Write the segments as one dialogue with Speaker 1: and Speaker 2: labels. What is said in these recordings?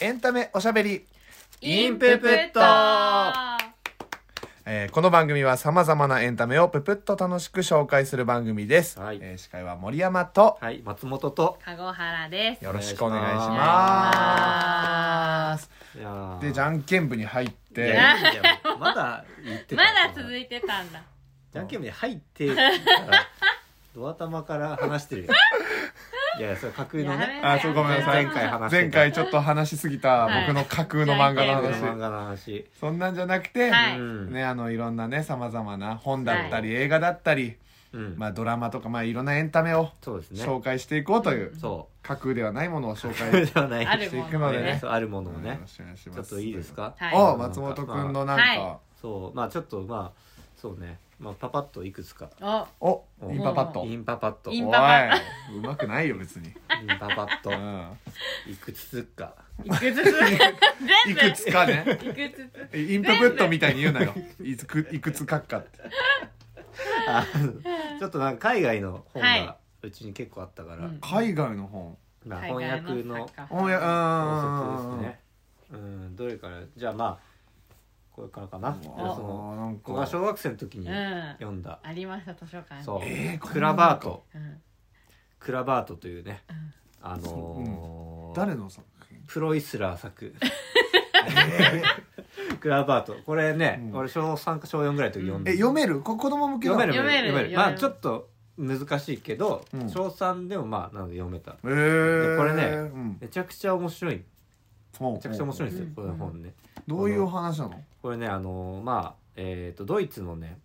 Speaker 1: エンタメおしゃべり、
Speaker 2: インププット
Speaker 1: えーこの番組はさまざまなエンタメをぷぷっと楽しく紹介する番組です、
Speaker 2: はい
Speaker 1: えー司会は森山と
Speaker 2: はい、松本と。
Speaker 3: 籠原です。
Speaker 1: よろしくお願いし
Speaker 2: お願いし
Speaker 1: ま
Speaker 3: ます
Speaker 2: いやー
Speaker 1: でじゃんけん部に入っ
Speaker 2: い
Speaker 1: て
Speaker 2: やいやいやまだ言って
Speaker 3: ま
Speaker 2: た。
Speaker 3: だ続いてたんだ。
Speaker 2: じゃんけん部に入って、からドア玉から話してるよ。いやいや、それ架空の
Speaker 3: やめ
Speaker 2: ね。
Speaker 3: な
Speaker 1: あそうごめんなさい
Speaker 2: 前回話してた
Speaker 1: 前回ちょっと話しすぎた僕の架空の漫画の
Speaker 3: は
Speaker 2: 架
Speaker 3: い
Speaker 2: 空
Speaker 1: 話、
Speaker 2: の漫画の話。
Speaker 1: そんなんじゃなくて、
Speaker 3: はい
Speaker 2: うん
Speaker 1: ね、あのいろんなねさまざまな本だったり、映画だったり、
Speaker 2: うん
Speaker 1: まあ、ドラマとか、まあ、いろんなエンタメを
Speaker 2: そうですね。
Speaker 1: 紹介していこうという、
Speaker 2: そ
Speaker 1: 架空ではないものを紹
Speaker 2: う。
Speaker 1: 介
Speaker 2: ではない。
Speaker 3: ある
Speaker 1: し
Speaker 3: も
Speaker 1: ていく
Speaker 3: の
Speaker 1: の
Speaker 2: ね
Speaker 1: でね
Speaker 2: そうあるものを
Speaker 1: うんよ
Speaker 2: ね。
Speaker 1: ろしくお願いします
Speaker 2: ちょっといいですか。
Speaker 3: はい
Speaker 1: お松本くんのなんか、
Speaker 3: は
Speaker 2: そう、まあちょっとまあそうね、まあパパッといくつか。
Speaker 3: お、
Speaker 1: お
Speaker 2: お
Speaker 1: インパパッと
Speaker 3: お
Speaker 2: インパパッと。
Speaker 3: イ
Speaker 2: イ
Speaker 3: ン
Speaker 2: ン
Speaker 3: パパ
Speaker 1: おいうまくないよ別に、
Speaker 2: パパッと
Speaker 1: う。 ん、
Speaker 2: いくつか。
Speaker 3: いくつつ全
Speaker 1: い
Speaker 3: 部
Speaker 1: くつかね
Speaker 3: いくつつ
Speaker 1: インププットみたいに言うなよいくいくつかっかって
Speaker 2: あ ちょっとなんか海外の本
Speaker 3: は
Speaker 2: が
Speaker 3: いう
Speaker 2: ちに結構あったから、
Speaker 3: うん
Speaker 1: 海外の本
Speaker 2: まあ、
Speaker 3: 海
Speaker 2: 翻
Speaker 3: 外
Speaker 2: 訳の
Speaker 3: 作家
Speaker 1: おや
Speaker 2: 法
Speaker 1: あ
Speaker 2: 則ですね。うん、どれからじゃあまあこれからかな。じ
Speaker 1: ー
Speaker 2: ゃ
Speaker 1: う
Speaker 2: あ
Speaker 1: わ
Speaker 2: その
Speaker 1: ーなん
Speaker 2: 僕が
Speaker 1: か
Speaker 2: 小学生の時に
Speaker 3: うん。
Speaker 2: 読んだ、
Speaker 3: ありました図書館。
Speaker 2: そう、
Speaker 1: えーこんなの
Speaker 2: クラバート
Speaker 3: うん。
Speaker 2: クラバートというね、
Speaker 3: うん
Speaker 2: あのー
Speaker 1: 誰の作品
Speaker 2: プロイスラ ー作 クラバートこれね、
Speaker 1: うん
Speaker 2: 俺小3か小4ぐらいの時読ん
Speaker 1: え
Speaker 2: で、
Speaker 1: 読めるこ子供向けなの
Speaker 2: 読める読め
Speaker 3: 読め
Speaker 2: る
Speaker 3: る
Speaker 2: ま
Speaker 3: 読
Speaker 2: あ
Speaker 3: める
Speaker 2: ちょっと難しいけど、
Speaker 1: うん
Speaker 2: 小3でもまあなので読めた
Speaker 1: えー、
Speaker 2: でこれね
Speaker 1: うん、
Speaker 2: めちゃくちゃ面白いめ
Speaker 1: め
Speaker 2: ちゃくちゃ面白いんですよ、
Speaker 3: うん
Speaker 2: この本ね
Speaker 1: どういうお話なの、
Speaker 2: これねあのーまあえっ、とドイツのね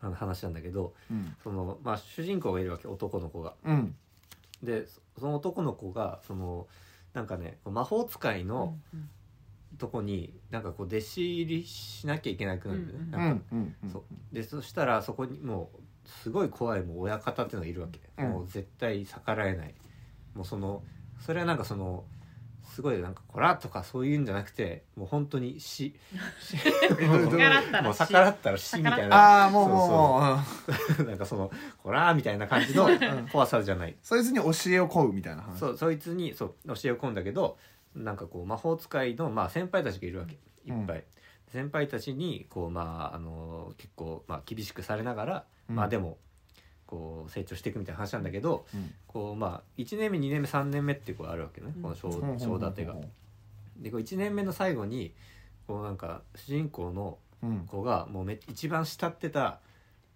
Speaker 2: あの話なんだけど
Speaker 1: うん
Speaker 2: その、まあ、主人公がいるわけ男の子が
Speaker 1: うん、
Speaker 2: でそその男の子がそのなんかね魔法使いの
Speaker 3: うん
Speaker 2: とこになんかこう弟子入りしなきゃいけなくなるん
Speaker 3: う
Speaker 2: だよね、
Speaker 1: う
Speaker 3: ん
Speaker 2: なんんか
Speaker 1: うんうん
Speaker 2: そうでそしたらそこにもうすごい怖いもう親方っていうのがいるわけ、
Speaker 1: うん
Speaker 2: もう絶対逆らえないもうそのそれはなんかそのすごいなんか「こら!」とかそういうんじゃなくてもう本当に死もう
Speaker 1: 逆
Speaker 3: らったら死
Speaker 2: もう逆らったら死みたいな
Speaker 1: ああもうもうもう
Speaker 2: なんかその「こら!」みたいな感じの
Speaker 1: ん
Speaker 2: 怖さじゃない
Speaker 1: そいつに教えを請うみたいな話
Speaker 2: そうそいつにそう教え込んだけどなんかこう魔法使いの、まあ、先輩たちがいるわけいっぱい、先輩たちにこうまああの結構、まあ、厳しくされながら、
Speaker 1: うん
Speaker 2: まあでもこう成長していくみたいな話なんだけど
Speaker 1: うん
Speaker 2: こうまあ1年目2年目3年目ってこうあるわけね
Speaker 3: うん
Speaker 2: この小
Speaker 1: うん
Speaker 2: 小立てが。でこう1年目の最後にこうなんか主人公の
Speaker 1: うん
Speaker 2: 子がもうめ一番慕ってた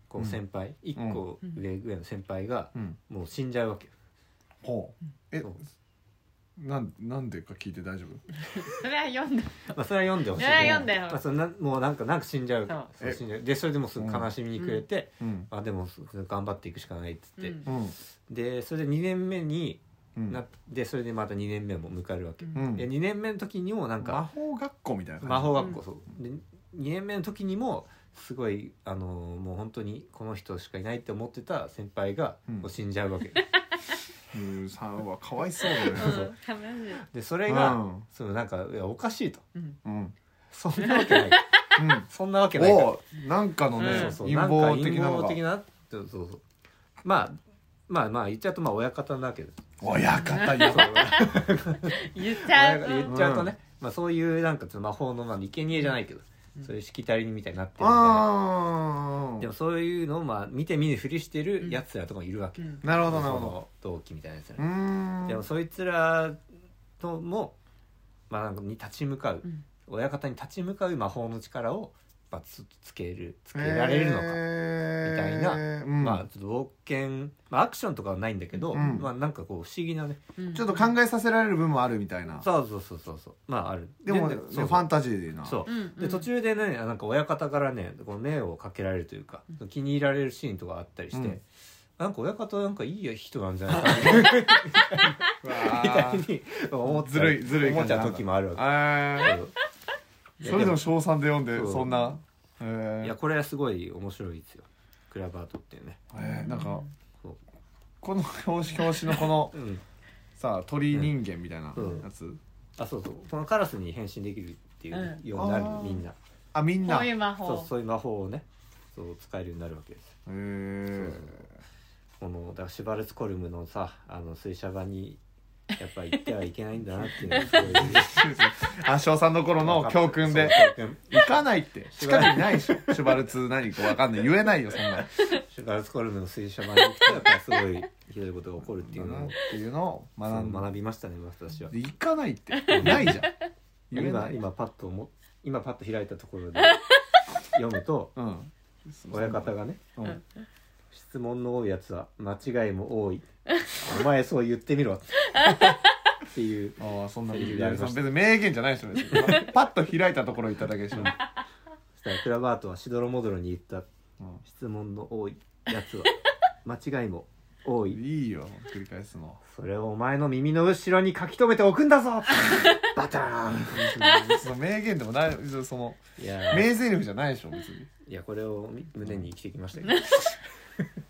Speaker 2: こ
Speaker 1: う
Speaker 2: うん先輩、一1個上ぐらいの先輩が
Speaker 1: うん
Speaker 2: もう死んじゃうわけよ。
Speaker 1: ほうえ
Speaker 2: そう
Speaker 1: なんなんでか聞いて大丈夫
Speaker 3: それは読んだ。
Speaker 2: まあ、それは読んでほしい。
Speaker 3: それは読んだよ
Speaker 2: まあ、そんなもうなんかなんか死んじゃう。
Speaker 3: そう
Speaker 2: そう死んじゃうでそれでもうすぐ悲しみに暮れて、
Speaker 1: うん
Speaker 2: あでもす頑張っていくしかないっつって、
Speaker 3: うん
Speaker 1: うん
Speaker 2: でそれで2年目に
Speaker 1: うん
Speaker 2: なってそれでまた2年目も迎えるわけ。
Speaker 3: うん
Speaker 1: うん
Speaker 2: で2年目の時にもな
Speaker 1: なんんか魔
Speaker 2: か
Speaker 1: 法学校みたいな感じ
Speaker 2: 魔法学校、
Speaker 3: うん
Speaker 2: そうで2年目の時にもすごいあのーもう本当にこの人しかいないって思ってた先輩が
Speaker 1: うん
Speaker 2: もう死んじゃうわけ。
Speaker 1: うんさんはかわいそうだね
Speaker 3: うん。悲しい。
Speaker 2: でそれが、
Speaker 1: うん
Speaker 2: そのなんかいやおかしいと
Speaker 3: うん。
Speaker 1: うん
Speaker 2: そんなわけない そんなわけ
Speaker 1: う
Speaker 2: ない
Speaker 1: ん
Speaker 2: から
Speaker 1: おうなんかのね
Speaker 2: そううんそう
Speaker 1: 陰
Speaker 2: なんか
Speaker 1: 謀的なの
Speaker 2: 陰
Speaker 1: が
Speaker 2: 謀的なそうそうそうまあまあまあ言っちゃうとまあ親方なわけ です
Speaker 1: 親方よ
Speaker 2: そう
Speaker 3: 言っちゃ
Speaker 2: 親
Speaker 3: う
Speaker 2: が
Speaker 3: と。
Speaker 2: 言っちゃうとね、まあ、そういうなんかちょっと魔法のまあ生贄じゃないけど、
Speaker 3: うん
Speaker 2: そういうしきたりみたいになってるみたいな
Speaker 1: あ
Speaker 2: でも
Speaker 1: あ
Speaker 2: そういうのをまあ見て見ぬふりしてるやつらとかもいるわけ、
Speaker 3: うん
Speaker 1: なるほ
Speaker 2: そ
Speaker 1: どなるほど
Speaker 2: の同期みたいなやつら、
Speaker 1: うーん
Speaker 2: でもそいつらとも、まあ、なんかに立ち向かう、
Speaker 3: うん
Speaker 2: 親方に立ち向かう魔法の力をまあつつけるつけられるのか、みたい
Speaker 1: なま
Speaker 2: まあちょっと冒険、まあ、アクションとかはないんだけど、
Speaker 1: うん
Speaker 2: まあなんかこう不思議なね
Speaker 3: うん
Speaker 1: ちょっと考えさせられる部分もあるみたいな
Speaker 2: そうそうそうそうそうまあある
Speaker 1: でも
Speaker 2: ね
Speaker 1: ね
Speaker 2: そう
Speaker 1: フ
Speaker 2: そう
Speaker 1: ァンタジーな
Speaker 2: そうう、
Speaker 3: ん。
Speaker 2: で途中でねなんか親方からねこう目をかけられるというか、気に入られるシーンとかあったりして、
Speaker 1: うん
Speaker 2: なんか親方なんかいい人なんじゃないかな
Speaker 1: うわ
Speaker 2: みた
Speaker 1: ー
Speaker 2: いに思っちゃう
Speaker 1: ずるいずるい
Speaker 2: 思
Speaker 1: 感
Speaker 2: っち
Speaker 1: じ
Speaker 2: ゃ
Speaker 1: なんだ
Speaker 2: う時もあるわ
Speaker 1: あー
Speaker 2: けけど
Speaker 1: それでも
Speaker 2: い
Speaker 1: 小賛で読んで
Speaker 2: そう
Speaker 1: そんなえ
Speaker 2: や
Speaker 1: ー
Speaker 2: いやこれはすごい面白いですよクラバートっていうね
Speaker 1: えーなんか
Speaker 2: そう
Speaker 1: この表紙表紙のこ の
Speaker 2: うん
Speaker 1: さあ鳥人間みたいな
Speaker 2: うん
Speaker 1: やつ、
Speaker 2: あそうそうこのカラスに変身できるっていうようになる、
Speaker 1: うん
Speaker 2: みんな
Speaker 1: あみんな
Speaker 3: こういう魔
Speaker 2: そう
Speaker 3: 法。
Speaker 2: そういう魔法をねそう使えるようになるわけです
Speaker 1: へー
Speaker 2: このだからシュバルツコルムのさあの水車場にやっぱ行ってはいけないんだなっていうのがすごい
Speaker 1: あ翔さんの頃の教訓で
Speaker 2: そう教訓
Speaker 1: 行かないって 近くにないしシュバルツ何かわかんない言えないよそんな
Speaker 2: シュガルツコルムの水車まで行くとやっぱりすごいひどいことが起こるっていう
Speaker 1: だ
Speaker 2: の
Speaker 1: なっ
Speaker 2: を
Speaker 1: ていうのを学ん
Speaker 2: そう
Speaker 1: だ
Speaker 2: 学びましたね私は
Speaker 1: 行かないってないじゃん言えな
Speaker 2: 今
Speaker 1: い
Speaker 2: 今パッと思今パッと開いたところで読むと
Speaker 1: うん
Speaker 2: 親方がね
Speaker 1: うん
Speaker 2: 質問の多いやつは間違いも多いお前そう言ってみろっていう
Speaker 1: ああそんな
Speaker 2: セリフ
Speaker 1: やるさん別に名言じゃないでしょ別にパッと開いたところ行っただけでしょ
Speaker 2: そしたらクラバートはしどろもどろに言った
Speaker 1: うん
Speaker 2: 質問の多いやつは間違いも多い
Speaker 1: いいよ繰り返すの
Speaker 2: それをお前の耳の後ろに書き留めておくんだぞバターン
Speaker 1: その名言でもないその
Speaker 2: いや
Speaker 1: 名台詞じゃないでしょ別に
Speaker 2: いやこれを胸に生きてきましたけど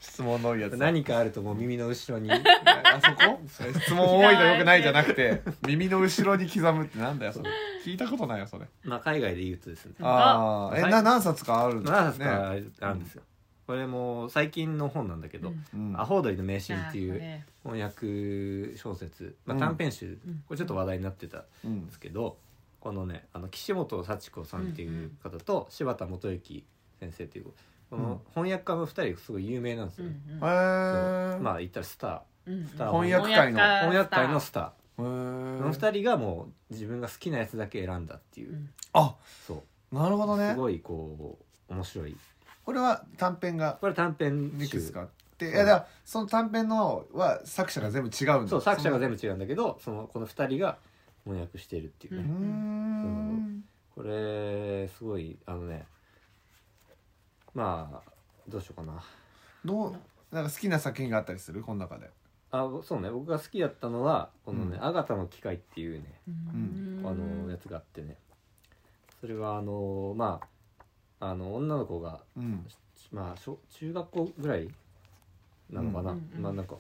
Speaker 1: 質問の多いやつ
Speaker 2: 何かあるともう耳の後ろに
Speaker 1: あそこ質問多いとよくないじゃなくて耳の後ろに刻むってなんだよそれ聞いたことないよそれ
Speaker 2: まあ海外で言うとですね
Speaker 1: ああえ
Speaker 2: はい
Speaker 1: な何冊かあるんです
Speaker 2: 何冊かあるんですよ、これも最近の本なんだけど「
Speaker 3: うん
Speaker 1: うん
Speaker 2: アホ踊りの名シーン」
Speaker 3: あ
Speaker 2: って
Speaker 3: ー
Speaker 2: い
Speaker 3: これ
Speaker 2: う翻訳小説、ま
Speaker 1: うん
Speaker 2: あ、短編集、
Speaker 3: うん
Speaker 2: これちょっと話題になってたん
Speaker 1: うん
Speaker 2: ですけど、このねあの岸本幸子さんっていう方と柴田元之先生っていうこの翻訳家の2人すごい有名なんです
Speaker 3: う
Speaker 2: よ、ね
Speaker 3: んうん
Speaker 1: へえ
Speaker 2: まあ言ったらスタ
Speaker 3: うんうん
Speaker 2: スター
Speaker 1: 翻訳界の
Speaker 2: ー翻訳界のスター
Speaker 1: へ
Speaker 2: この
Speaker 1: ー
Speaker 2: 2人がもう自分が好きなやつだけ選んだっていう、
Speaker 3: うん
Speaker 1: あ
Speaker 2: そう
Speaker 1: なるほど
Speaker 2: す
Speaker 1: ね
Speaker 2: ごいこう面白い
Speaker 1: これは短編が
Speaker 2: これ短編
Speaker 1: いく
Speaker 2: 集
Speaker 1: つかあっていやだからその短編のは作者が全部違うんだ
Speaker 2: そう作者が全
Speaker 1: 部
Speaker 2: 部違うんだけどそのこの2人が翻訳してるっていうね、
Speaker 1: う
Speaker 3: う
Speaker 1: ーん
Speaker 2: これすごいあのねまあどうしようかな
Speaker 1: どうなんか好きな作品があったりするこの中で
Speaker 2: あそうね僕が好きだったのはこのね
Speaker 1: う
Speaker 2: 「アガタの機械」っていうね
Speaker 3: うん
Speaker 2: あのやつがあってねそれはあのまああの女の子が
Speaker 1: うん
Speaker 2: まあ小中学校ぐらいなのかな、
Speaker 3: うんうん
Speaker 2: まあなんか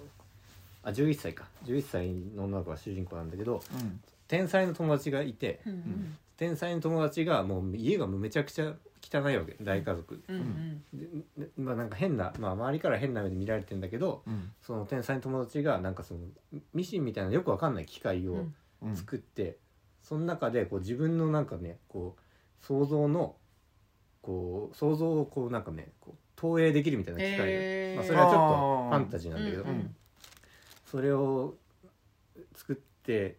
Speaker 2: あ11歳か11歳の女の子が主人公なんだけど
Speaker 1: うん
Speaker 2: 天才の友達がいて
Speaker 3: うんうん
Speaker 2: 天才の友達がもう家がめちゃくちゃ汚いわけ大家族
Speaker 3: うんうん
Speaker 2: ででまあなんか変な、まあ、周りから変な目で見られてんだけど
Speaker 1: うん
Speaker 2: その天才の友達がなんかそのミシンみたいなよくわかんない機械
Speaker 3: う
Speaker 2: を
Speaker 3: ん
Speaker 1: うん
Speaker 2: 作って、その中でこう自分のなんかねこう想像のこう想像をこうなんかねこう投影できるみたいな機械、
Speaker 3: へー
Speaker 2: まあ、それはちょっと
Speaker 1: あー
Speaker 2: ファンタジーなんだけど、
Speaker 3: うんうん
Speaker 2: それを作って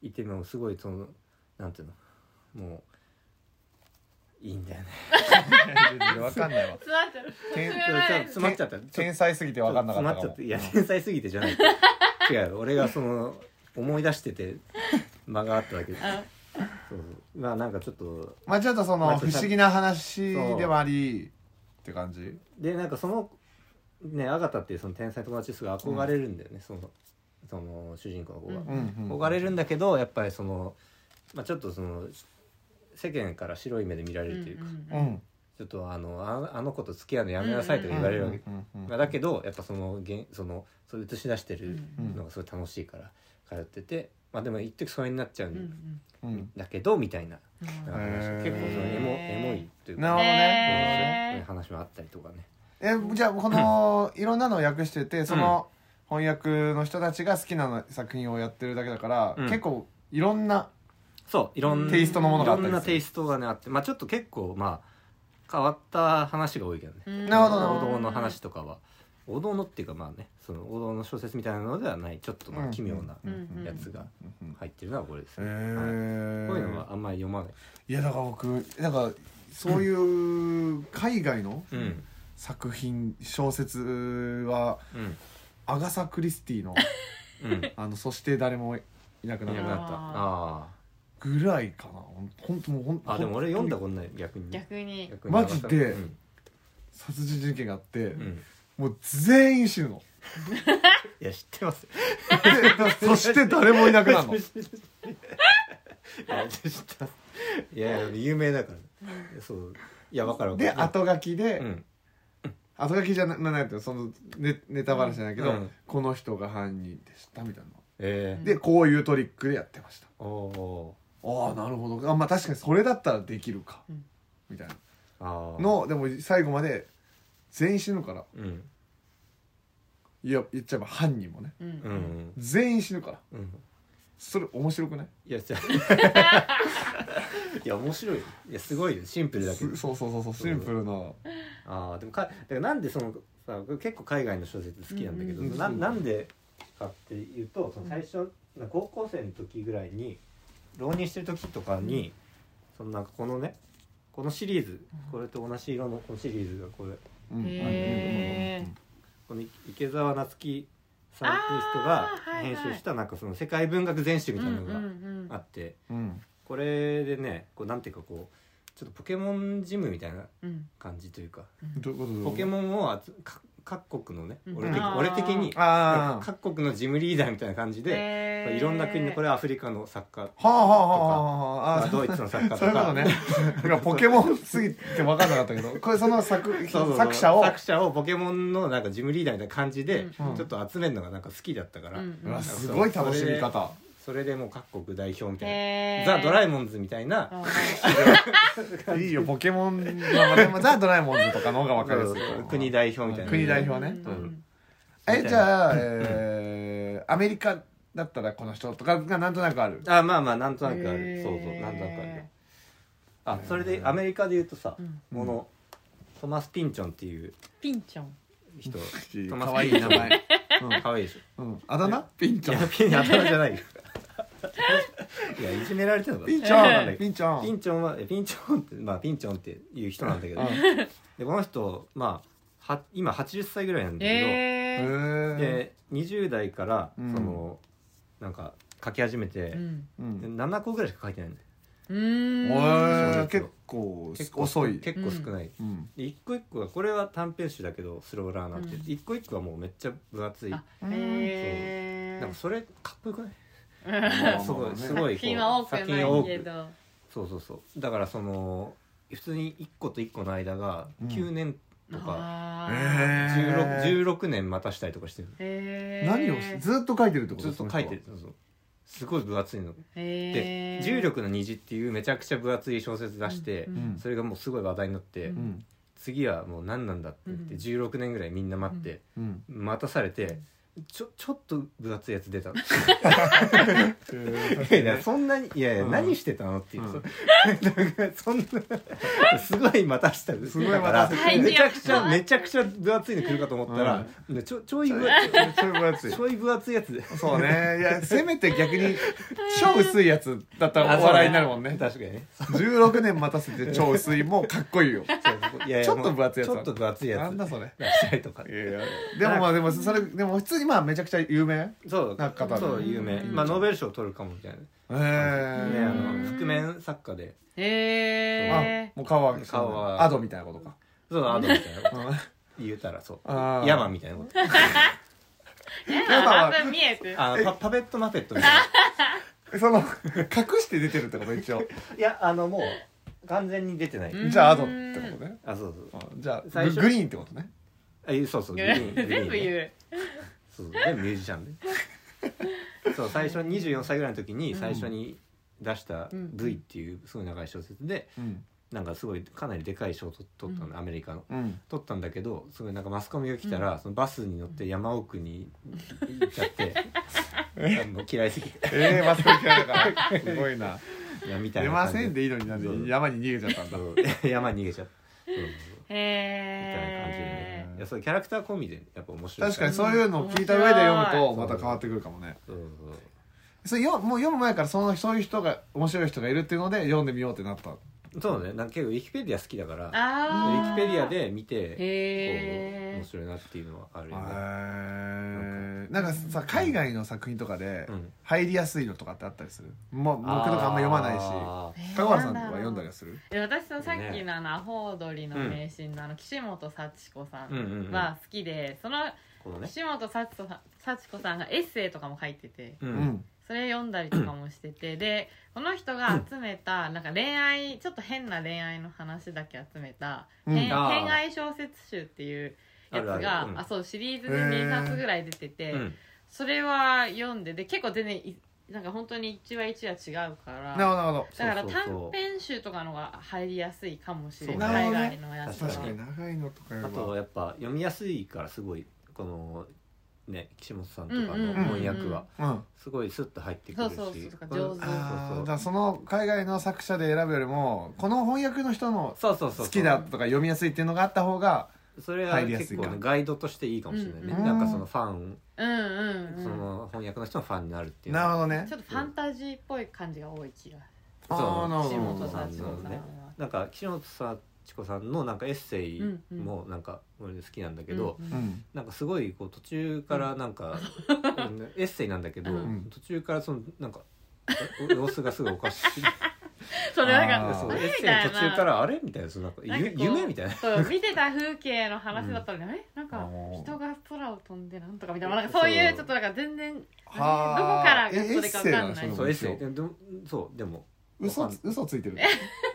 Speaker 2: いてもすごいそのなんていうのもういいんだよね。
Speaker 1: わかんないわ
Speaker 3: 詰まっちゃう
Speaker 1: 天
Speaker 3: それはね
Speaker 2: 詰まっちゃった
Speaker 1: 天才すぎて分かんなかったかも
Speaker 2: ちょっと詰まっちゃっていや天才すぎてじゃない違う俺がその思い出してて間があっただけでそう
Speaker 3: あ
Speaker 2: そうまあなんかちょっと
Speaker 1: まあちょっとそ
Speaker 2: ま
Speaker 1: の
Speaker 2: あち
Speaker 1: 不
Speaker 2: ょっと
Speaker 1: 思議な話でもありって感じ
Speaker 2: でなんかそのねアガタっていうその天才友達ですが憧れるんだよね、そのその主人公の子が
Speaker 3: う、
Speaker 1: う
Speaker 3: ん
Speaker 1: んうん
Speaker 2: 憧れるんだけどやっぱりその、まあ、ちょっとその世間から白い目で見られるというか、
Speaker 1: う
Speaker 3: うん
Speaker 1: ん
Speaker 2: ちょっとあのああの子と付き合うのやめなさいとか言われるわけ、
Speaker 1: うんうんうん
Speaker 2: まあ、だけどやっぱそのげんそのそれ映し出して
Speaker 3: うん
Speaker 2: る
Speaker 1: うん
Speaker 2: のがすごい楽しいから通ってて、まあでも一時それになっちゃう
Speaker 3: うんん
Speaker 1: うん
Speaker 2: だけどみたいな
Speaker 3: うん
Speaker 2: 話
Speaker 1: んへー
Speaker 2: 結構そのエモエモいというか
Speaker 1: なるほど
Speaker 2: そういう
Speaker 3: ね
Speaker 2: 話もあったりとかね
Speaker 1: えじゃあこのいろんなのを訳しててその翻訳の人たちが好きな作品をやってるだけだから、
Speaker 2: うん
Speaker 1: 結構いろんな
Speaker 2: そういろんな
Speaker 1: テイストのものがあったり
Speaker 2: い
Speaker 1: す
Speaker 2: ろ
Speaker 1: る
Speaker 2: んなテイストがねあってまあちょっと結構まあ変わった話が多いけどね
Speaker 3: うん
Speaker 1: なるほどなる
Speaker 2: 王
Speaker 1: ほど
Speaker 2: 道の話とかは王道のっていうかまあねその王道の小説みたいなのではないちょっとまあ奇妙な
Speaker 3: うん
Speaker 2: やつが
Speaker 1: うんうん
Speaker 2: 入ってるのはこれです
Speaker 1: へ
Speaker 2: ね、
Speaker 1: ー
Speaker 2: こういうのはあんまり読まない、
Speaker 1: いやだから僕なんかそういう海外の
Speaker 2: うん
Speaker 1: 作品小説は
Speaker 2: うん
Speaker 1: アガサ・クリスティ の
Speaker 2: うん
Speaker 1: 「あのそして誰もいなく
Speaker 2: い
Speaker 1: な
Speaker 2: な
Speaker 1: る
Speaker 2: くなったああ
Speaker 1: ぐらいかなほんともうほん
Speaker 2: ーあでも俺読んだことない逆に
Speaker 3: 逆に
Speaker 2: 逆に
Speaker 1: マジで
Speaker 2: うん
Speaker 1: 殺人事件があって、
Speaker 2: うん
Speaker 1: もう全員死 ぬの
Speaker 2: いや知ってます
Speaker 1: で そして誰もいなくなるの
Speaker 2: いや知ってますいやいや有名だからそういやわかるわかる
Speaker 1: で後書きで、
Speaker 2: うん
Speaker 1: 後書きじゃなないとそのネネタバレじゃないけど、
Speaker 2: うん
Speaker 1: この人が犯人でしたみたいな
Speaker 2: え
Speaker 1: でこういうトリックでやってました
Speaker 2: ー、おー
Speaker 1: ああなるほどあまあ確かにそれだったらできるか、
Speaker 3: うん
Speaker 1: みたいな
Speaker 2: あー
Speaker 1: のでも最後まで全員死ぬから
Speaker 2: うん
Speaker 1: いや言っちゃえば犯人もね
Speaker 3: うん
Speaker 2: うん
Speaker 1: 全員死ぬから
Speaker 2: うん
Speaker 1: それ面白くない
Speaker 2: いやじゃあ いや面白いいやすごいよシンプルだけど
Speaker 1: すそうそうそうそうシンプルな
Speaker 2: ああでもかだからなんでそのさ結構海外の小説好きなんだけど、
Speaker 1: うんうんうん
Speaker 2: ななんでかっていうとその最初高校生の時ぐらいに浪人してる時とかに、そのなんかこのねこのシリーズこれと同じ色のこのシリーズがこれ
Speaker 1: うん
Speaker 3: へー
Speaker 2: この池澤夏樹さんっていう人が
Speaker 3: あーはい
Speaker 2: 編
Speaker 3: はい
Speaker 2: 集したなんかその世界文学全集みたいなの
Speaker 3: うんう
Speaker 2: が
Speaker 3: ん
Speaker 2: あって、
Speaker 1: うんうん
Speaker 2: これでねこうなんていうかこうちょっとポケモンジムみたいな
Speaker 3: うん
Speaker 2: 感じというか
Speaker 1: うんどういうことどういうこと
Speaker 2: ポケモンを集か各国のね
Speaker 3: うん
Speaker 2: 俺的
Speaker 1: あー
Speaker 2: 俺的に
Speaker 1: ああ
Speaker 2: 各国のジムリーダーみたいな感じで、
Speaker 3: へー
Speaker 2: いろんな国のこれアフリカの作家
Speaker 1: はあはあはあはああ
Speaker 2: まあ
Speaker 1: ー
Speaker 2: ドイツの作家 と
Speaker 1: そういうこと
Speaker 2: か
Speaker 1: ね。いやポケモンすぎて分かんなかったけど、これその作
Speaker 2: そうそうそう
Speaker 1: 作者を。
Speaker 2: 作者をポケモンのなんかジムリーダーみたいな感じで
Speaker 3: うん
Speaker 2: ちょっと集めるのがなんか好きだったから、
Speaker 3: うん
Speaker 1: うわすごい楽しみ方。
Speaker 2: それでもう各国代表みたい
Speaker 3: へ
Speaker 2: な
Speaker 3: ー
Speaker 2: ザ・ドラえもんズみたいな
Speaker 3: あ
Speaker 1: いいよポケモンまあでもザドラえもんズとかの方が分かりやすいか
Speaker 2: そう
Speaker 1: ら。
Speaker 2: そう国代表みたいな
Speaker 1: 国代
Speaker 3: ー
Speaker 1: 表ね
Speaker 3: うんうん
Speaker 1: えじゃあ、えーアメリカだったらこの人とかがなんとなくある。
Speaker 2: あまあまあなんとなくあ
Speaker 3: へ
Speaker 2: る
Speaker 3: ー
Speaker 2: そうそうなんとなくあるよあそれでアメリカで言うとさ、
Speaker 3: うん
Speaker 2: このトマス・ピンチョンっていう
Speaker 3: ピンチョン
Speaker 2: 人トマス
Speaker 1: 可愛い名前。
Speaker 2: かわいいでしょ
Speaker 1: うん、うん、あだ名？ピンチ
Speaker 2: い
Speaker 1: ョ
Speaker 2: や
Speaker 1: ン。
Speaker 2: ピン頭じゃな いよいやいじめられてるのか
Speaker 1: ピンチ
Speaker 2: なん
Speaker 1: ョン。
Speaker 2: だっけ
Speaker 1: ピンチョ
Speaker 2: ピ
Speaker 1: ン。
Speaker 2: ンチョンはえピンチョンってまあピンチョンっていう人なんだけど、
Speaker 1: うん
Speaker 2: でこの人まあは今80歳ぐらいなんだけ
Speaker 1: へ
Speaker 3: え
Speaker 2: ど、
Speaker 1: ー
Speaker 2: で20代からそ
Speaker 1: うん
Speaker 2: の、なんか書き始めて、
Speaker 3: うん
Speaker 1: うん。
Speaker 2: で7個ぐらいしか書いてないんだよ
Speaker 3: うーん
Speaker 1: おー
Speaker 2: 小説
Speaker 1: 結
Speaker 2: を
Speaker 1: 構
Speaker 2: 結構
Speaker 1: 遅い。
Speaker 2: 結構少ない、
Speaker 1: うん。
Speaker 2: で一個一個がこれは短編集だけどスローラーなんて、
Speaker 3: うん
Speaker 2: 一個一個はもうめっちゃ分厚い
Speaker 3: あ
Speaker 1: うん
Speaker 3: へ
Speaker 2: なんか
Speaker 3: ー
Speaker 2: それかっこよくない
Speaker 1: まあ
Speaker 2: すごい
Speaker 1: ね
Speaker 2: すごいこう
Speaker 3: 作品は多く
Speaker 2: 作品は
Speaker 3: な
Speaker 2: 多
Speaker 3: い
Speaker 2: く
Speaker 3: けど
Speaker 2: そうそうそうだからその普通に1個と1個の間が
Speaker 1: うん
Speaker 2: 9年とか、
Speaker 3: あー
Speaker 1: えー
Speaker 2: 16, 16年待たしたりとかしてる
Speaker 3: へー
Speaker 1: 何をしずっと書いてるってこと
Speaker 2: ずっと書いてるそうそうすごい分厚いの
Speaker 3: へ
Speaker 2: で「
Speaker 3: ー
Speaker 2: 重力の虹」っていうめちゃくちゃ分厚い小説出して、
Speaker 3: う
Speaker 1: う
Speaker 3: ん
Speaker 1: ん
Speaker 2: それがもうすごい話題になって、
Speaker 3: うん
Speaker 1: うん
Speaker 2: 次はもう何なんだって言って
Speaker 3: うん
Speaker 2: 16年ぐらいみんな待って、
Speaker 1: うん
Speaker 2: 待たされてちょちょっと分厚いやつ出た い やいやそん なにいやいや、
Speaker 1: うん
Speaker 2: 何してたのっていう、
Speaker 1: うん
Speaker 2: そだからそんなすごい待たした
Speaker 1: すごい待
Speaker 2: か
Speaker 1: た
Speaker 2: ら
Speaker 1: せ
Speaker 3: て
Speaker 2: めちゃくちゃめちゃくちゃ分厚いの来るかと思ったら、ねちょちょい
Speaker 1: そ
Speaker 2: 分
Speaker 1: れそれ分厚い
Speaker 2: ちょい分厚いやつで
Speaker 1: そうねいやせめて 逆に超薄いやつだったらお笑いになるもんね
Speaker 2: 確かにね
Speaker 1: 16年待たせて超薄いもかっこいいよ
Speaker 2: いやいや
Speaker 1: ちょっと分厚いやつ
Speaker 2: ちょっと分厚いや
Speaker 1: なん
Speaker 2: つ
Speaker 1: だそれ
Speaker 2: 出したりとか
Speaker 1: いやいやでもまあでもそれでも普通にまあめちゃくちゃ有名へ
Speaker 2: そう
Speaker 1: なんか多分
Speaker 2: そう有名、
Speaker 3: うん
Speaker 2: まあノーベル賞取るかもみたいな、ねあ
Speaker 1: え
Speaker 2: の覆面作家で
Speaker 3: へえ
Speaker 1: もう顔は
Speaker 2: 顔は
Speaker 1: アドみたいなことか
Speaker 2: そうアドみたいな
Speaker 1: うん
Speaker 2: 言うたらそう
Speaker 1: あー
Speaker 2: ヤマンみたいなこと
Speaker 3: 半分見えてる
Speaker 2: あのパパペットマペットみたいな
Speaker 1: その隠して出てるってこと一応
Speaker 2: いやあのもう完全に出てない、
Speaker 3: うん
Speaker 1: じゃあアドってことね
Speaker 2: あそうそう
Speaker 1: うんじゃあ
Speaker 2: 最
Speaker 1: グ
Speaker 2: 初
Speaker 1: グリーンってことね
Speaker 2: あいそう そうグリーングリー
Speaker 3: 全
Speaker 2: ン
Speaker 3: 部
Speaker 2: ね
Speaker 3: 言う
Speaker 2: そうそう全部ミュージシャン でそう最初24歳ぐらいの時に最初に出した
Speaker 3: うん
Speaker 2: 「V」っていうすごい長い小説で
Speaker 1: うん
Speaker 2: なんかすごいかなりでかい賞を取取ったのアメリカの
Speaker 1: うん
Speaker 2: 取ったんだけどすごいなんかマスコミが来たら、そのバスに乗って山奥に行っちゃって、もう嫌いす ぎて
Speaker 1: ええマスコミ嫌いだからすごいない
Speaker 2: やみたい
Speaker 1: 出
Speaker 2: な
Speaker 1: ま
Speaker 2: 感じ
Speaker 1: せんでいいのになん
Speaker 2: そう
Speaker 1: で山に逃げちゃったんだ
Speaker 2: そう 山に逃げちゃったそうそうそう
Speaker 3: へ
Speaker 2: みたいな感じでね
Speaker 3: え
Speaker 2: いやそうキャラクター込みでやっぱ面白い
Speaker 1: 確かに
Speaker 2: そう
Speaker 1: そういうのを聞いた上で読むとまた変わってくるかもね
Speaker 2: そうそう
Speaker 1: それよもう読む前からそのそういう人が面白い人がいるっていうので読んでみようってなった
Speaker 2: そうねなんか結構ウィキペディア好きだからウ
Speaker 3: あー
Speaker 2: ィキペディアで見てこう
Speaker 3: へ
Speaker 2: 面白いなっていうのはあるよね
Speaker 1: へーなんかさ海外の作品とかで
Speaker 2: うん
Speaker 1: 入りやすいのとかってあったりする、もう僕とかあんま読まないし
Speaker 2: あー
Speaker 3: え
Speaker 1: 高原さんとか読んだりはする
Speaker 3: え私のさっきのあのアホ踊りの名シーンのあの岸本幸子さ
Speaker 2: うんうんうん
Speaker 3: んは好きでその
Speaker 2: このね
Speaker 3: 岸本幸子さん幸子さんがエッセイとかも書いてて
Speaker 2: う
Speaker 1: うんん
Speaker 3: それ読んだりとかもしててでこの人が集めたなんか恋愛ちょっと変な恋愛の話だけ集めた「
Speaker 1: うん
Speaker 3: 偏
Speaker 2: あー
Speaker 3: 偏愛小説集」っていうやつ
Speaker 2: あるあ
Speaker 3: が
Speaker 2: るうん
Speaker 3: あそうシリーズで2冊ぐらい出てて
Speaker 2: うん
Speaker 3: それは読んでで結構全然いなんか本当に一話一話違うか
Speaker 1: な
Speaker 3: ら
Speaker 1: るほどなるほ
Speaker 3: だから
Speaker 2: そうそうそう
Speaker 3: 短編集とかのが入りやすいかもしれ
Speaker 2: そう
Speaker 3: ない海外のや
Speaker 2: なる
Speaker 3: つ
Speaker 2: ほ
Speaker 1: ど
Speaker 2: ど
Speaker 1: 確
Speaker 3: は
Speaker 1: かに長いのとか
Speaker 2: あと
Speaker 1: よ
Speaker 2: やっぱ読みやすいからすごいこのね岸本さんとか
Speaker 3: うんうんう
Speaker 2: の
Speaker 3: ん
Speaker 1: うん
Speaker 2: 翻訳は
Speaker 1: うん
Speaker 2: すごいスッと入ってく
Speaker 3: そ
Speaker 2: る
Speaker 3: う
Speaker 2: し
Speaker 3: そうそうとか上手
Speaker 1: あー
Speaker 2: そうそう
Speaker 1: だからその海外の作者で選ぶよりもこの翻訳の人の
Speaker 2: そうそうそうそう
Speaker 1: 好きだとか読みやすいっていうのがあった方が
Speaker 2: それは
Speaker 1: 入りやす
Speaker 2: 結
Speaker 1: いか
Speaker 2: 構ねガイドとしていいかもしれないね、
Speaker 1: うん
Speaker 2: なんかそのファン、
Speaker 3: うんうんうん
Speaker 2: その翻訳の人のファンになるっていうの
Speaker 1: なる
Speaker 2: は
Speaker 1: ほどね
Speaker 3: ちょっとファンタジーっぽい感じが多い気が
Speaker 2: そう
Speaker 1: あーなるほ
Speaker 3: 岸
Speaker 1: ど
Speaker 3: 本さん
Speaker 2: 岸
Speaker 3: 千
Speaker 2: 本
Speaker 3: 本さ
Speaker 2: さん
Speaker 3: ん
Speaker 2: ね
Speaker 3: は
Speaker 2: なんか岸本幸子さんのなんかエッセイもなんか俺好きなんだけど、
Speaker 3: うん
Speaker 1: う
Speaker 3: うん
Speaker 1: ん
Speaker 2: なんかすごいこう途中からなんか、エッセイなんだけど、
Speaker 1: うん
Speaker 2: 途中からそのなんかえ様子がすごいおかしい
Speaker 3: それなん
Speaker 1: あー
Speaker 3: か
Speaker 2: そう
Speaker 1: あ
Speaker 2: エ
Speaker 3: れ
Speaker 2: ッ
Speaker 3: み
Speaker 2: セイ
Speaker 3: たい
Speaker 2: の
Speaker 3: な
Speaker 2: 途中からあれみたいなそのなんかゆ
Speaker 3: なんかこう
Speaker 2: 夢みたいな
Speaker 3: そう見てた風景の話だったのに、あれなん
Speaker 1: あ
Speaker 3: か
Speaker 1: ー
Speaker 3: 人が空を飛んでなんとかみたいななんかそういう
Speaker 2: そう
Speaker 3: ちょっとなんか全然
Speaker 1: はー
Speaker 3: どこからが
Speaker 1: え
Speaker 3: それかわかんない
Speaker 1: エッセイなの
Speaker 2: そうエッセイ
Speaker 1: 面白
Speaker 2: ででもそうでも
Speaker 1: 嘘
Speaker 2: わかん
Speaker 1: つ嘘ついてる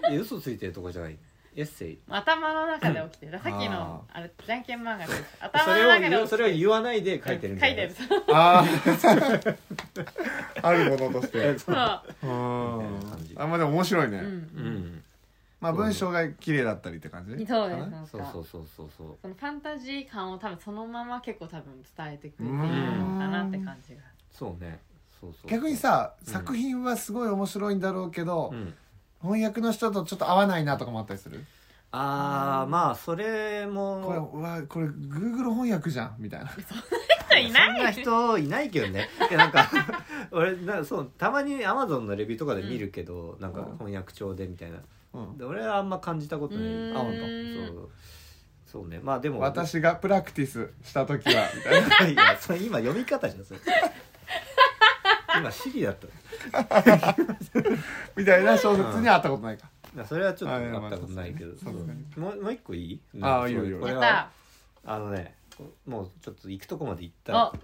Speaker 2: え嘘ついてるとかじゃないエッセイ
Speaker 3: 頭の中で起きてるさっきのあれじゃんけん漫画で頭
Speaker 2: そ
Speaker 3: の
Speaker 2: れを
Speaker 3: 中で
Speaker 2: 言
Speaker 3: 起
Speaker 2: う
Speaker 3: き
Speaker 2: それを言わないで書いてるんだ
Speaker 3: 書
Speaker 2: よ
Speaker 3: いてる
Speaker 2: ね
Speaker 3: そう
Speaker 1: あ ああるものとして
Speaker 2: えそ
Speaker 1: うん
Speaker 2: ういな感じ
Speaker 1: あんまあでも面白いね、
Speaker 2: う
Speaker 3: うん
Speaker 2: ん
Speaker 1: まあ文章が綺麗だったりって感じ
Speaker 3: そうです
Speaker 1: かな
Speaker 3: なん
Speaker 2: そうそ
Speaker 3: か
Speaker 2: うそうそうそう
Speaker 3: そのファンタジー感を多分そのまま結構多分伝えてくれてる
Speaker 1: うん
Speaker 3: のかなって感じが
Speaker 2: そうねそうそう
Speaker 1: 逆にさ、
Speaker 2: うん
Speaker 1: 作品はすごい面白いんだろうけど、
Speaker 2: うん
Speaker 1: 翻訳の人とちょっと合わないなとかもあったりする
Speaker 2: ああまあそれ
Speaker 1: これ
Speaker 2: も
Speaker 1: うわこれ Google 翻訳じゃんみたいな
Speaker 3: 人いない
Speaker 2: そんな人いないけどねいやなんか 俺なんかそうたまにアマゾンのレビューとかで見るけど、なんか翻訳帳でみたいな
Speaker 1: うん
Speaker 2: で俺はあんま感じたことないう
Speaker 3: ーん
Speaker 2: あ本当そうそうねまあでも
Speaker 1: 私がプラクティスした時はみたいな
Speaker 2: いやそれ今読み方じゃんそれ 今シリだった
Speaker 1: みたいな小説にはあったことないか、
Speaker 2: まあそれはちょっと
Speaker 1: あいや
Speaker 2: あったことないけど、
Speaker 1: まあそうですね
Speaker 2: うんもうもう一個いい
Speaker 1: あー
Speaker 2: うん
Speaker 1: いいよいいよ
Speaker 2: これ
Speaker 3: やっ
Speaker 2: は
Speaker 3: た
Speaker 2: あのねもうちょっと行くとこまで行った
Speaker 3: お
Speaker 2: ら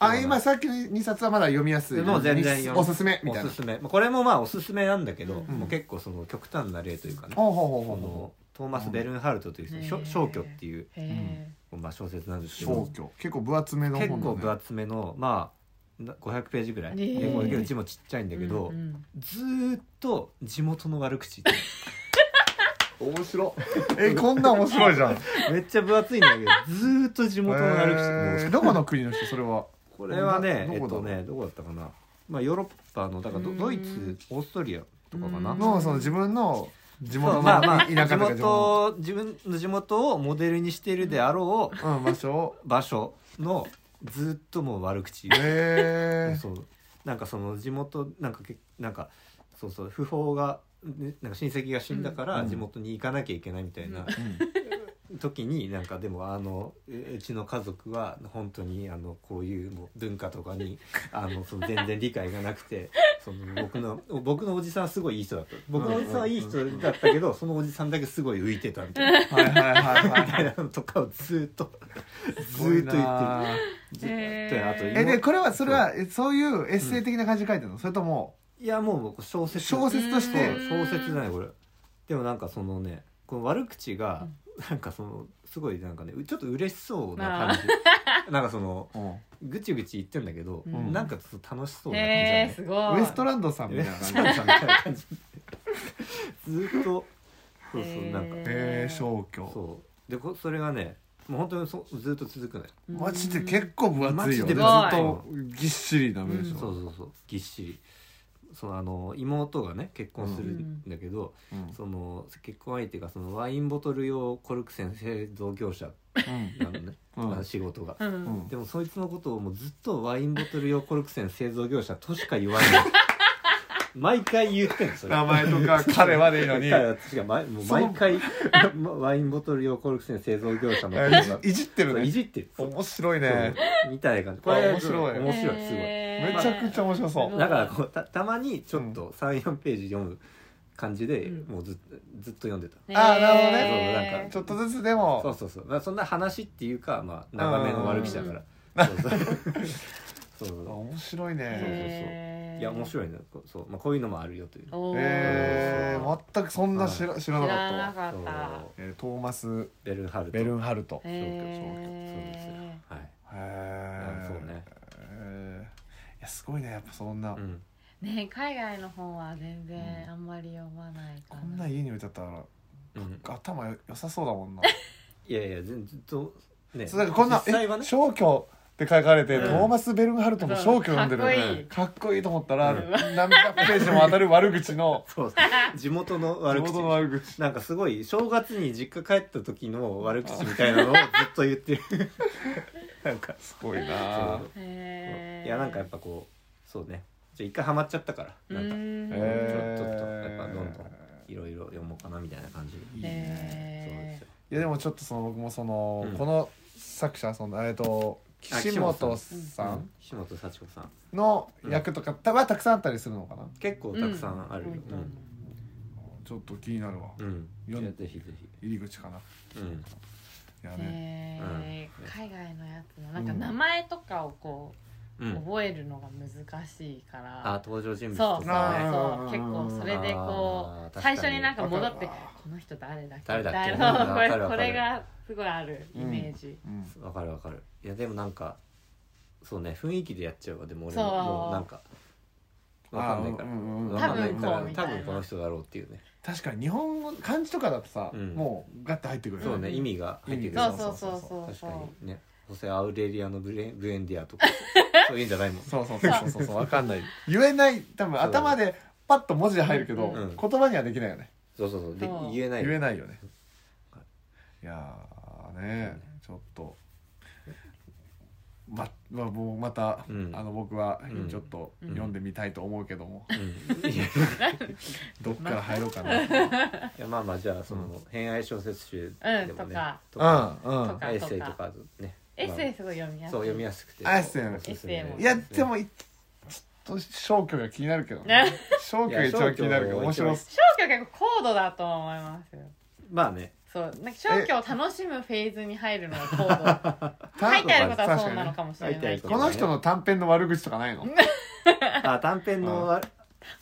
Speaker 1: あ今さっきの2冊はまだ読みやすい
Speaker 2: もう全然読む
Speaker 1: おすすめみたい
Speaker 2: お
Speaker 1: な
Speaker 2: すすめまあこれもまあおすすめなんだけど、
Speaker 3: うん
Speaker 2: もう結構その極端な例というかね、
Speaker 1: ほうほうほうほ
Speaker 2: こ
Speaker 1: うほ
Speaker 2: のトーマス・ベルンハルトという人、しょ
Speaker 3: へー
Speaker 2: 消去っていう、
Speaker 3: へ
Speaker 2: まあ、小説なんですけ
Speaker 1: 消
Speaker 2: ど
Speaker 1: 去結構分厚めの
Speaker 2: 結
Speaker 1: 本だ、ね、
Speaker 2: 構分厚めのまあな500ページぐらい、
Speaker 3: へー
Speaker 2: でこれうちもちっちゃいんだ
Speaker 3: え
Speaker 2: けど、
Speaker 3: うんうん
Speaker 2: ずーっと地元の悪口って
Speaker 1: 面白えこんなん面白いじゃん
Speaker 2: めっちゃ分厚いんだ けどずーっと地元の悪口、
Speaker 1: え
Speaker 2: も
Speaker 1: ー
Speaker 2: う
Speaker 1: どこの国の人それは
Speaker 2: これはねえ
Speaker 1: どこ
Speaker 2: っ
Speaker 1: とだ
Speaker 2: ねどこだったかな、まあ、ヨーロッパのだから
Speaker 3: う
Speaker 2: ド
Speaker 3: ん
Speaker 2: ドイツオーストリアとかかな
Speaker 3: うん
Speaker 1: のその自分の地元
Speaker 2: そ
Speaker 1: の
Speaker 2: うまあまあ
Speaker 1: 田舎とか地元
Speaker 2: 地元を自分の地元をモデルにしているであろう
Speaker 1: うん場所 を
Speaker 2: 場所のずーっともう悪口
Speaker 1: へえ
Speaker 2: そうなんかその地元なんかけなんかそうそう不法が、ね、なんか親戚が死んだか
Speaker 1: う
Speaker 2: ら
Speaker 1: ん
Speaker 2: 地元に行かなきゃいけないみたいな時になんかでもあのえうちの家族は本当にあのこういうもう文化とかにあのその全然理解がな くてその僕の僕のおじさんはすごいいい人だった僕のおじさんはいい人だったけどそのおじさんだけすごい浮いてた みたいな
Speaker 1: はいはいはい
Speaker 2: み
Speaker 1: は
Speaker 2: た
Speaker 1: い
Speaker 2: いなのとかをずっとずっと言って
Speaker 1: て
Speaker 2: るずっと
Speaker 3: へ
Speaker 2: やってるあ
Speaker 3: ー
Speaker 2: と
Speaker 1: えでこれはそれはえそういうエッセイ的な感じで書いてるのそれとも
Speaker 2: いやもう小説
Speaker 1: 小説とし
Speaker 2: そう
Speaker 1: て
Speaker 3: うん
Speaker 2: 小説だねこれでもなんかそのねこの悪口がなんかそのすごいなんかねちょっと嬉しそうな感じ なんかその
Speaker 1: うん
Speaker 2: ぐちぐち言ってんだけど、
Speaker 3: うん
Speaker 2: なんかちょっと楽しそうな感じだ
Speaker 3: へえ
Speaker 2: ね
Speaker 3: すごい
Speaker 1: ウエストランドさんみたいな
Speaker 2: そう
Speaker 1: 感
Speaker 2: そ
Speaker 1: じ
Speaker 2: うみたいな感じ ずっとそうそう
Speaker 3: へー
Speaker 2: なんか
Speaker 1: えー消去
Speaker 2: そうでこそれがねもう本当にそずっと続くのよ
Speaker 1: マジで結構分厚いよ
Speaker 2: マジ
Speaker 1: ず
Speaker 2: で
Speaker 1: っ
Speaker 3: 分厚い
Speaker 1: とぎっしりな文
Speaker 3: うん
Speaker 2: そう
Speaker 1: 章
Speaker 2: そうそうぎっしりそのあの妹がね結婚するんだけど、
Speaker 1: うん
Speaker 2: その結婚相手がそのワインボトル用コルク栓製造業者なのね、
Speaker 1: うん
Speaker 2: あの仕事が、
Speaker 3: うん
Speaker 1: うん
Speaker 2: でもそいつのことをもうずっとワインボトル用コルク栓製造業者としか言わない 毎回言ってんのそれ
Speaker 1: 名前とか彼はでいいのに
Speaker 2: 彼は違うまもう毎回まワインボトル用コルク栓製造業者のことが
Speaker 1: えいじってる
Speaker 2: そうい
Speaker 1: ね
Speaker 2: じってる
Speaker 1: 面白いね
Speaker 2: そうみたいな感じ
Speaker 1: あ面白い
Speaker 2: 面白いすごい、
Speaker 3: へー
Speaker 1: めちゃくちゃ面白そう
Speaker 3: すごい
Speaker 2: だからこうたたまにちょっと34ページ読む感じで、
Speaker 3: うん
Speaker 2: もうずっとずっと読んでた
Speaker 1: あーなるほどね
Speaker 3: へー
Speaker 2: そうなんか
Speaker 1: ちょっとずつで
Speaker 2: そう
Speaker 1: も
Speaker 2: そうそう、まあ、そんな話っていうか、まあ、長めの悪口だから。そうそうそう
Speaker 1: あ
Speaker 2: そ
Speaker 1: 面白い
Speaker 2: そうそう
Speaker 1: ね
Speaker 2: ういや面白いね、こうそう、まあ、こういうのもあるよという。
Speaker 3: おー
Speaker 1: えー、全くそんな知ら知らな
Speaker 3: 知
Speaker 1: かっ
Speaker 3: ら
Speaker 1: た
Speaker 3: な
Speaker 1: わ、
Speaker 3: かった
Speaker 2: そう
Speaker 1: えー、トーマス・
Speaker 2: ベルンハルト。
Speaker 1: ベルンハルトへ
Speaker 3: へ
Speaker 2: はい。
Speaker 1: え
Speaker 2: あそうね。
Speaker 1: えーいやすごいねやっぱそんな、
Speaker 2: うん。
Speaker 3: ーね海外の本は全然
Speaker 2: うん
Speaker 3: あんまり読まないか
Speaker 1: こ
Speaker 3: なん
Speaker 1: な家に置いてあったら
Speaker 2: うん、
Speaker 1: 頭良さそうだもんな
Speaker 2: いやいや、ずずっと。ね。
Speaker 1: そうだからこんな、
Speaker 2: 実際は
Speaker 1: え
Speaker 2: ね。
Speaker 1: 消去って書かれて、
Speaker 3: うん
Speaker 1: トーマス・ベルンハルトの消去を読んでる
Speaker 3: かっ
Speaker 1: よ
Speaker 3: こいい
Speaker 1: ねかっこいいと思ったら、
Speaker 2: うん
Speaker 1: 何百ページも当たる悪口の
Speaker 2: そう地元の悪
Speaker 1: 地
Speaker 2: 口
Speaker 1: 元の悪口
Speaker 2: なんかすごい正月に実家帰った時の悪口みたいなのをずっと 言ってるなんか
Speaker 1: すごいな
Speaker 2: そう
Speaker 3: へー
Speaker 2: いやなんかやっぱこうそうねじゃあ一回ハマっちゃったからなんか
Speaker 3: うーん
Speaker 1: えー
Speaker 2: ちょっとやっぱどんどんいろいろ読もうかなみたいな感じ
Speaker 1: いいね
Speaker 2: そうで
Speaker 3: へ
Speaker 2: すよ
Speaker 1: いやでもちょっとその僕もその、
Speaker 2: うん
Speaker 1: この作者そのえっと
Speaker 2: あ
Speaker 1: 岸本さ
Speaker 2: うんん岸本幸子さん
Speaker 1: の役とかたはたくさんあったりするのかな、
Speaker 2: 結構たくさんあるよ
Speaker 3: うん
Speaker 1: ちょっと気になるわ、
Speaker 2: うん、うん、
Speaker 1: 読ん
Speaker 2: いやぜひぜひ
Speaker 1: 入り口かな
Speaker 2: うん
Speaker 1: いやね、
Speaker 3: へ
Speaker 2: うん
Speaker 3: ー海外のやつのなんか名前とかをこ
Speaker 2: う
Speaker 3: うん覚えるのが難しいか
Speaker 2: あ
Speaker 3: ら
Speaker 2: 登場人物
Speaker 3: そうそうそ
Speaker 2: と
Speaker 3: う
Speaker 2: かね
Speaker 1: あー
Speaker 3: 結構それでこ
Speaker 2: あー確か
Speaker 3: う
Speaker 2: に
Speaker 3: 最初になんか戻って
Speaker 1: わかるわ
Speaker 3: この人誰だっけ
Speaker 2: 誰だっけ
Speaker 3: みたいな
Speaker 2: うん
Speaker 3: これ
Speaker 2: わかるわ
Speaker 3: こ
Speaker 2: かる
Speaker 3: れがすごいあるイメージ
Speaker 1: うん、
Speaker 2: わかるわかるいやでもなんかそうね雰囲気でやっちゃうわでも俺も
Speaker 3: そう
Speaker 2: もうなんかわかんないから
Speaker 1: あーうんうんうん
Speaker 2: わかんないから
Speaker 3: 多分こうみた
Speaker 2: 多
Speaker 3: いな
Speaker 2: 分この人だろうっていうね
Speaker 1: 確かに日本語漢字とかだとさ、
Speaker 2: うん
Speaker 1: もうガッて入ってくるよ
Speaker 2: そうね意味が入っ
Speaker 3: 意
Speaker 2: てくる
Speaker 3: 味がそうそうそうそう
Speaker 2: 確かにねホセ・アウレリアのブレブエンディ アとかそういうんじゃないもん
Speaker 1: そうそうそうそうそうそうわかんない言えない多分
Speaker 2: そう
Speaker 1: 頭でパッと文字で入るけど、
Speaker 2: うん
Speaker 1: 言葉にはできないよね
Speaker 2: そうそうそうで
Speaker 3: そう
Speaker 2: 言えない
Speaker 1: 言えないよね
Speaker 2: はい
Speaker 1: やーねちょっとままあもうまた、
Speaker 2: うん
Speaker 1: あの僕は
Speaker 2: うん
Speaker 1: ちょっと
Speaker 3: うん
Speaker 1: 読んでみたいと思うけども、
Speaker 2: うんいや
Speaker 1: どっから入ろうか な、
Speaker 2: いやまあまあじゃあその偏愛小説集でも
Speaker 3: うんと
Speaker 2: ね
Speaker 3: か
Speaker 2: とか
Speaker 1: うんうん
Speaker 3: とか
Speaker 2: エッセイとかね
Speaker 3: エッセイ
Speaker 2: イ
Speaker 3: すごい読みやすい
Speaker 2: そう読みやすくて
Speaker 1: あエッセイも
Speaker 2: おすすめ
Speaker 3: エッセイも
Speaker 1: いやでもいちょっと消去が気になるけど、
Speaker 3: ね
Speaker 1: 消去が一番気になるけど
Speaker 2: いや
Speaker 1: 面
Speaker 2: 消去が
Speaker 1: 白
Speaker 2: 一
Speaker 1: そ
Speaker 3: 消去は結構高度だと思いますよ
Speaker 2: まあね
Speaker 3: そうなんか消去を楽しむフェーズに入るのが 高度
Speaker 1: う
Speaker 3: 書いてあることはそ
Speaker 1: 確か
Speaker 3: うな
Speaker 1: に
Speaker 3: の
Speaker 1: ね
Speaker 3: かもしれ
Speaker 2: 書い
Speaker 3: な
Speaker 2: てあ
Speaker 3: い
Speaker 2: る
Speaker 3: け
Speaker 2: こ
Speaker 3: ど
Speaker 2: と
Speaker 1: この人の短編の悪口とかない の
Speaker 2: あ短編のあ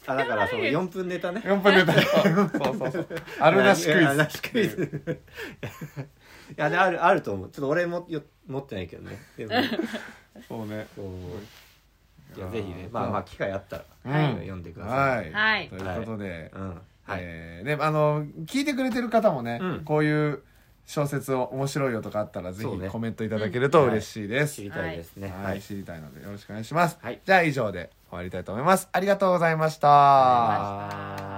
Speaker 2: あだからその4分ネタね
Speaker 1: 4分出たそうそうそうあるなしクイ
Speaker 2: ある
Speaker 1: ズ
Speaker 2: なしクイズいやであるあると思うちょっと俺もよ持ってないけどねでも
Speaker 1: そうね
Speaker 2: そういやぜひねまあまあ機会あったら、
Speaker 1: うん
Speaker 2: 読んでくださ、
Speaker 1: はいい、
Speaker 3: はい
Speaker 1: ということで、
Speaker 2: うんはい
Speaker 1: えーであの聞いてくれてる方もね、
Speaker 2: うん
Speaker 1: こういう小説を面白いよとかあったらぜ
Speaker 2: そう
Speaker 1: ひ
Speaker 2: ね
Speaker 1: コメントいただけると嬉しいです、
Speaker 2: 知りたいですね
Speaker 1: はい、知りたいのでよろしくお願いします、
Speaker 2: はい
Speaker 1: じゃあ以上で終わりたいと思いますありがとうございました、
Speaker 2: ありがとうございま
Speaker 3: ありがとう
Speaker 2: した
Speaker 3: ございました